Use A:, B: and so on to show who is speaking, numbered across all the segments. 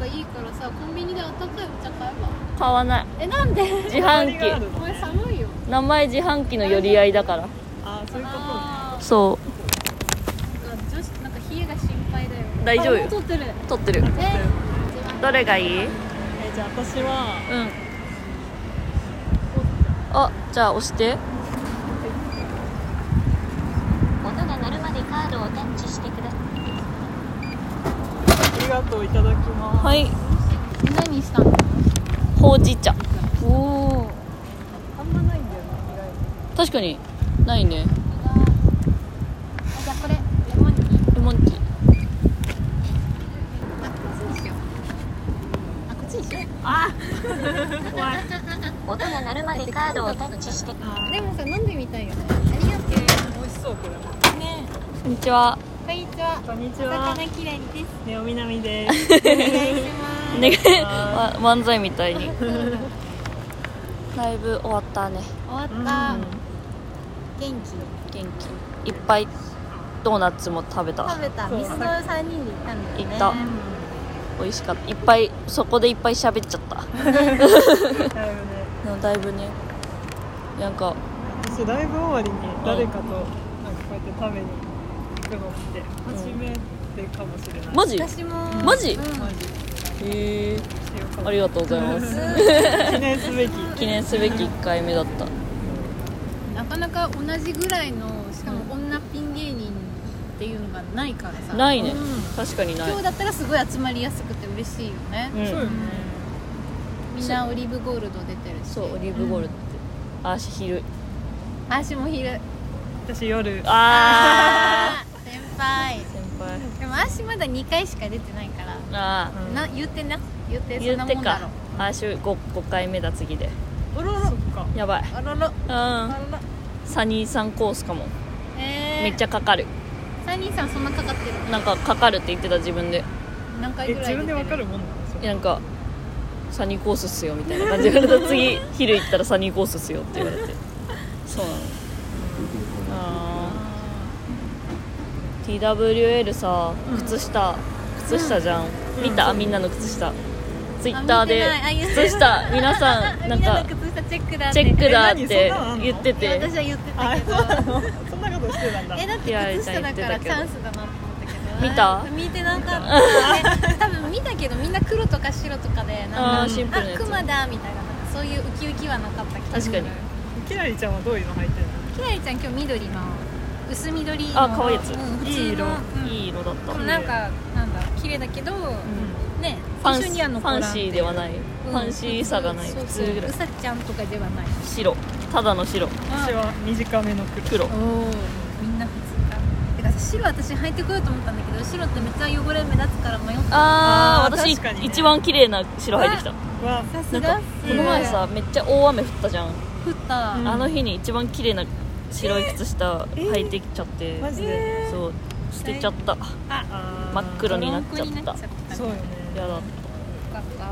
A: だコンビニで温かいお茶買えば
B: 買わない
A: えなんで
B: 自販
C: 隣があ
B: 機
C: る
A: お前寒いよ
B: 名前自販機の寄り合いだから
C: あーそういうこ
A: あー
B: そ
A: なんか女子なんか冷えが心配だよ
B: 大丈夫よ
A: あもう撮ってる
B: う撮ってる
A: え
B: どれがいいうん
C: とえじゃあ私は
B: あじゃあ押して
D: 音が鳴るまでカードをタッチしてください
C: ありがとういただきます、
B: はい
A: 何したの
B: ほうじ茶
A: おお
C: あんまないんだよな意外
B: 確かにないね
A: じゃあこれレモンティー
B: レモンティー
A: あこっちにしようあこっちにしよ
D: 音が鳴るまでカードをタッチして
A: うでもさ飲んでみたいよねありがとう
C: と美味しそうこれも
A: ね
B: こんにちは
A: こんにちは
C: こんにち
A: お
C: は
A: 魚きれいにです
C: ねおみなみです
A: お願いします
B: ね
C: は
B: 漫才みたいに ライブ終わったね
A: 終
C: う
A: わ
C: ん
A: った、
C: あ
A: 元気
B: 元気いっぱいドーナツも食べた
A: 食べた
C: そう
A: ミスの3人で行ったんだよね
B: 行った美味しかったいっぱいそこでいっぱい喋っちゃった
C: だいぶね
B: うんだいぶねなんか
C: 私ライブ終わりに誰かとなんかこうやって食べに行くのって初めてかもしれない、
B: マジへ
A: 私も
B: マジ
A: うん
C: マジ
B: え
C: してよかった
B: ありがとうございます
C: 記念すべき
B: 記念すべき1回目だった
A: なかなか同じぐらいのしかも女ピン芸人っていうのがないからさ
B: ないね、
C: う
B: 確かにない
A: 今日だったらすごい集まりやすくて嬉しいよね、
B: うん
C: そうよね
A: みんなオリーブゴールド出てるし
B: そうオリーブゴールドって、あ足昼
A: 私も昼
C: 私夜
B: あ
A: 先輩
B: ー先輩
A: でも私まだ2回しか出てないから、
B: あー
A: な言ってな言ってそん
B: 言
A: な
B: って
A: もんだろ
B: かあしゅ 5, 5回目だ次で
C: おろろそっか
B: やばい
A: あらら
B: うん
A: あらら
B: サニーさんコースかも
A: えー、
B: めっちゃかかる
A: 3人さんそんなかかってる
B: なんかかかるって言ってた自分で
A: 何回
C: え
A: ぐらい
C: 自分でわか
A: る
C: るもんなのそ
B: い
C: れ
B: やなんかサニーコースっすよみたいな感じで 次昼行ったらサニーコースっすよって言われてそうなのあー TWL さ靴下靴下じゃん、見た、みんなの靴下ツイッターで
A: あ見てないあ
B: 靴下皆さんな
A: み
B: んか
A: んなの靴下チェックだって
B: チェックだって
C: え何そんなのあんの
B: 言って
A: いや
B: て
A: 私は言ってた
C: あ
A: けど
C: そうなのそんなことしてたんだ
A: えだって靴下だからチャンスだなと思ったけど
B: 見た
A: 見てなかったえ多分見たけどみんな黒とか白とかで
B: あ
A: なんか
B: ーシンプルなやつ
A: あクマだみたいななんかそういうウキウキはなかったけど
B: 確かに
C: キラリちゃんはどういうの履いてる
A: きらりちゃん今日緑の薄緑の
B: あ可愛いやつ
A: うん普通の
B: いい色
A: うん
B: いい色だった
A: で
B: フ
A: もなんかなんだ綺麗だけどね
B: ァン
A: 一緒には
B: フ
A: 残ら
B: ァ
A: ん
B: ンシーではないファンシーさがない
A: そう
B: 普
A: そう
B: 通ぐら
A: う
B: い
A: さちゃんとかではない
B: 白ただの白
C: 私は短めの
B: 黒
A: おおみんな普通かてかさ白私履いてこようと思ったんだけど白ってめっちゃ汚れ目立つから迷った
B: あー
C: あー
B: 私
C: 確かにね
B: 一番綺麗な白入ってきた
C: 黒は
A: さ
B: な
A: す
B: んか
A: が
B: この前さめっちゃ大雨降ったじゃん、
A: 降った、
C: うん
B: あの日に一番綺麗な白い靴下履いてきちゃって、
C: マジで、
B: そう捨てちゃった
C: あー
B: 真っ黒になっち
A: 泥
B: ゃ
A: んこに
B: っ
A: な
B: た
A: っちゃった
C: そうよね
B: やだっ
A: よか
B: た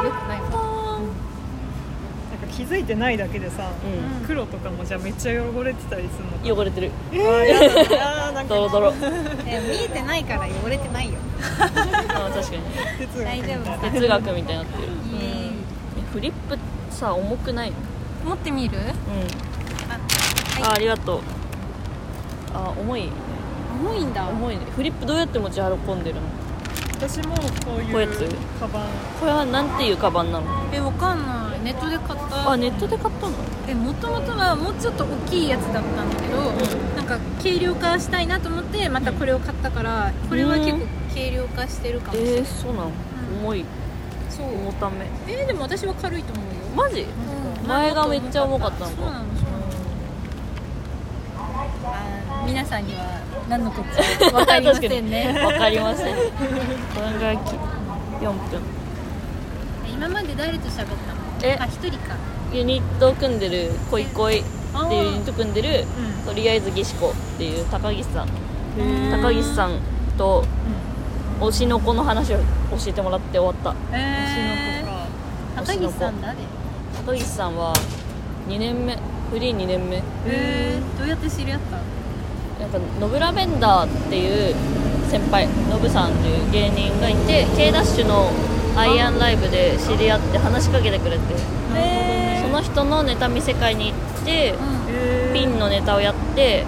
A: ったよくないわ
C: なんか気づいてないだけでさ、
B: う
C: 黒とかもじゃあめっちゃ汚れてたりするの
B: ん
C: か
B: 汚れてる
C: えー、やだななんか
B: ドロド ロ
A: え見えてないから汚れてないよ
B: あー確かに
C: 哲学
A: 大
C: みた
A: 丈
C: いな
A: 夫
B: 哲学みたいになってる
A: イエーイ
B: フリップさ重くないの
A: 持ってみる
B: うん
A: あ
B: あありがとうあー重い
A: 重いんだ
B: 重いねフリップどうやって持ち運んでるの
C: 私もこうい
B: こうや
C: う
B: つ
C: カバン
B: これはなんていうカバンなの
A: えわかんないネットで買った
B: あネットで買ったの
A: えもともとはもうちょっと大きいやつだったんだけど、なんか軽量化したいなと思ってまたこれを買ったからこれは結構軽量化してるかもしれない、
B: えー、そうなの、
A: うん
B: 重い
A: そう
B: 重ため
A: えーでも私は軽いと思うよ、
B: マジ前がめっちゃ重かったのか
A: そうなのそうなのあー皆さんには何のこ っちゃ分かりませんね
B: わかりません考えき4分
A: 今まで誰と喋ったの
B: え
A: あ一人か
B: ユニットを組んでる「恋恋」っていうユニット組んでる
C: う
B: とりあえずギシコっていう高岸さん
C: へ
B: 高岸さんと推しの子の話を教えてもらって終わっ
A: え
C: か
A: ー、高岸さん誰
B: た高岸さんは2年目フリー2年目
A: えー、どうやって知り合ったの
B: なんかノブラベンダーっていう先輩ノブさんっていう芸人がいて K ダッシュのアイアンライブで知り合って話しかけてくれて
A: え
B: その人のネタ見せ会に行って
C: え
B: ピンのネタをやって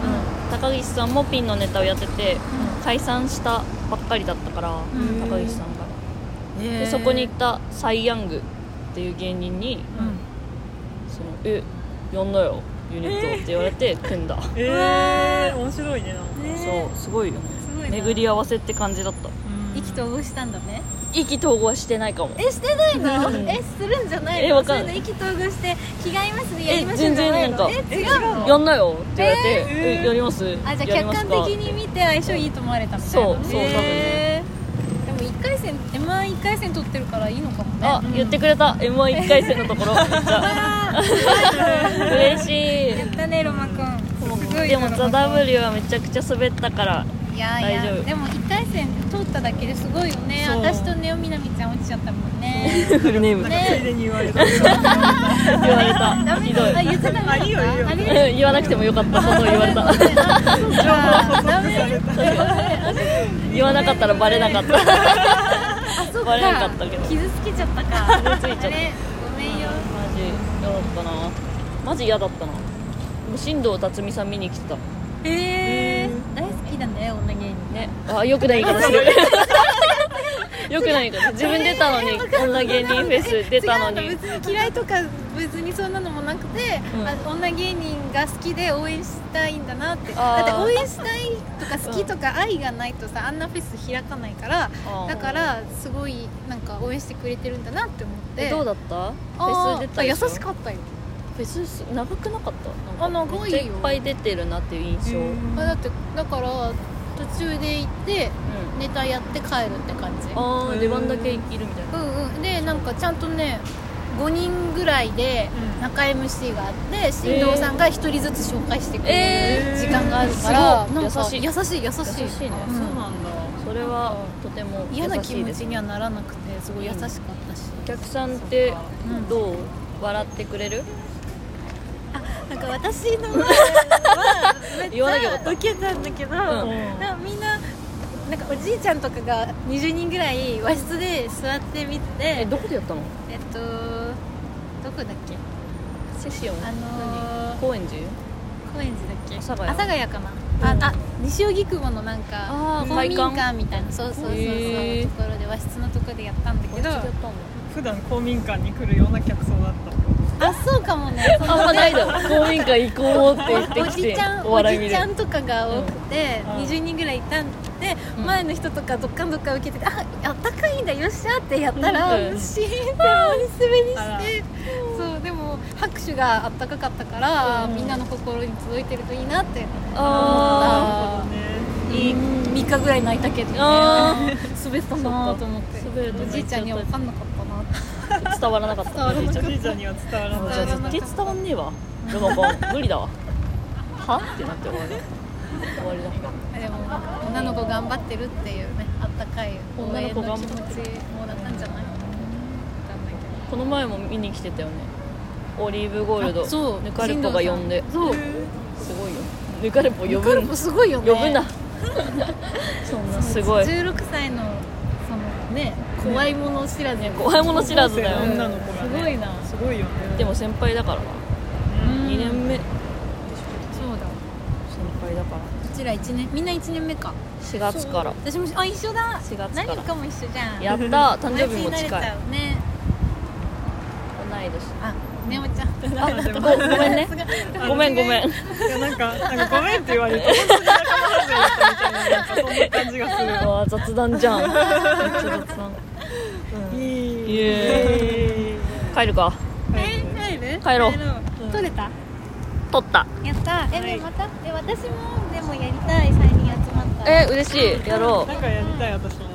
A: うん
B: 高岸さんもピンのネタをやってて解散したばっかりだったから
A: うん
B: 高岸さんが
A: うん
B: でそこに行ったサイ・ヤングっていう芸人に
A: うん
B: 「そのえやんなよユニット」って言われて組んだ
C: えー、面白いねなん
B: そ
C: か
B: うすごいよね
A: すごいな
B: 巡り合わせって感じだった
A: 意気投合したんだね
B: 意気投合はしてないかも
A: えしてないの
B: うん
A: えするんじゃないの
B: えわかん
A: そ
B: な
A: う
B: い
A: いうの意気投合して着替えますねやります
B: え全
A: じゃ
B: 然
A: ないの
B: なんか
A: え違うの
B: やんなよって言われて「
C: えー
B: えやります?」やりますか
A: あじゃあ客観的に見て相性いいと思われたみたいな
B: そうそう多分
A: へーでも1回戦 m 1 1回戦取ってるからいいのかもね
B: あ、言ってくれた m 1 1回戦のところじゃ
A: あ
B: あ嬉し
A: ー
B: い
A: だねロマくんすごい
B: で
A: よ
B: も「
A: ロマくん
B: ザ・ w はめちゃくちゃ滑ったから
A: いやい
B: 大丈
A: や
B: 夫
A: でも1回戦通っただけですごいよね
C: そう
A: 私とねおみなみちゃん落ちちゃったもんね
B: フルネームって
A: ね
C: ついでに言われたあ
B: 言われた
A: ダメ
B: ひど
A: だあ
B: い
A: 言ってダメだった
C: あいいよいいよ
A: あれ
B: うん言わなくてもよかったことを言われた
A: あそうか ダメ
B: 言わなかったらバレなかった
A: あそっ
B: バレなかったけど
A: 傷つけちゃったか
B: 傷ついちゃった
A: あれごめんよ
B: マジ嫌だったなマジ嫌だったなでも新藤辰巳さん見に来てた
A: へえ大好きだね女芸人
B: ねあよくない言い 方するよくない言い方自分出たのに女芸人フェス出たの
A: 違
B: に
A: う別に嫌いとか別にそんなのもなくて、
B: うん
A: あ女芸人が好きで応援したいんだなってだ
B: あー
A: って応援したいとか好きとか愛がないとさあんなフェス開かないから
B: あー
A: だからすごいなんか応援してくれてるんだなって思って
B: えどうだったフェ
A: あ
B: ス
A: ー
B: 出たでしょ
A: 優しかったよ
B: フェス長くなかった
A: あ長いよ
B: めっちゃいっぱい出てるなっていう印象、うん
A: あだってだから途中で行ってネタやって帰るって感じ
B: あ
C: う
B: あ
C: ん
B: 出番だけいるみたいな
A: うんうんでなんかちゃんとね5人ぐらいで
C: うん
A: 中 MC があって新藤さんが1人ずつ紹介してくれ
B: え
A: る
C: ー
A: 時間があるから、
B: すごい
A: なんか
B: 優しい
A: 優しい優しい
B: 優しいね
A: うん
C: そうなんだ
B: それはとても
A: 嫌な
B: 優
A: 気
B: しい
A: 持
B: です
A: ちにはならなくてすごい優しかったし、
B: お客さんって
A: うん
B: どう笑ってくれる
A: なんか私 の前はめっ
B: 言わなきゃよかった
A: ウケたんだけど、
B: うん
A: なんかみんななんかおじいちゃんとかが20人ぐらい和室で座ってみて
B: え
A: え
B: どこでやったの
A: っとどこだっけ
B: セシオン
A: あのー
B: 何高円寺
A: 高円寺だっけ
B: 阿
A: 阿
B: 佐ヶ
A: 佐
B: 谷
A: ヶ谷かな、
B: うん
A: ああ西荻窪のなんか
B: あー
A: 公民館みたいなそうそうそうそう
B: へー
A: ところで和室のところでやったんだけど
B: 高円寺でやったんだ
C: 普段公民館に来るような客層だった
A: あそうかも ねそん
B: あんまないだろ公民館行こうって言って
A: お
B: き
A: じ
B: て
A: ちゃん
B: お
A: お
B: 笑い見
A: じ
B: る
A: ちゃんとかが多くて、
C: うん
A: 20人ぐらいいたんで、
B: うん
A: 前の人とかどっかんどっかん受けててああったかいんだよっしゃってやったら、
B: うん
A: シーンって盛り滑り
C: あら
A: してそうでも拍手があったかかったから、
B: うん
A: みんなの心に届いてるといいなって
B: あ
C: ね
A: いい3日ぐらい泣いたけどね
B: あ
A: 滑ったなと思って
B: そっか滑ると
A: おじいちゃんには分かんなかったなって
B: ー伝わらなかった
A: 伝わらなかっ
C: お
A: た
C: じいちゃんには伝わら
B: もう
C: な
B: じゃあ
C: い
B: 絶対伝わんねえわロマコン無理だわはってなって終わりだ終わりだ
A: でも女の子頑張ってるっていうねあったかい応援の気持ちもらったんじゃない
B: この前も見に来てたよねオリーブゴールド
A: あそう
B: ぬかるぽが呼んで
A: そう
B: すごいよぬかるぽ呼
A: カ
B: ぶ
A: ル
B: ん
A: ポすごいよね
B: 呼 ぶなそんなすごい
A: 16歳のそのね怖いもの知らずや
B: 怖いもの知らずだ
C: 高校生
B: よ
C: 女の子がね
A: すごいな
C: すごいよね
B: でも先輩だからな2年目先
A: そうだ
B: 輩だから
A: うちら1年みんな1年目か
B: 4月から
A: 私もあ一緒だ
B: 4月から
A: 何かも一緒じゃん
B: やった ー誕
A: 同
B: 生
A: じ
B: 日
A: に
B: も
A: なれち
B: 近い
A: ゃうね
B: 同い
A: あねおちゃん
C: あでも
B: 年ごめんねごめんごめん
C: いやなんか なんかごめんって言われて本当に仲間外れだったみたいななんかそんな感じがする
B: う
C: わ
B: わー雑談じゃんめっちゃ雑談
C: いい
B: イエ帰るか
A: え帰る
B: 帰ろう
A: う取れた
B: 撮った
A: やったえ、
C: はい
A: でもまたえ私もでもやりたい3人集まったら
B: え嬉しいやろ
C: なんかやりたい私も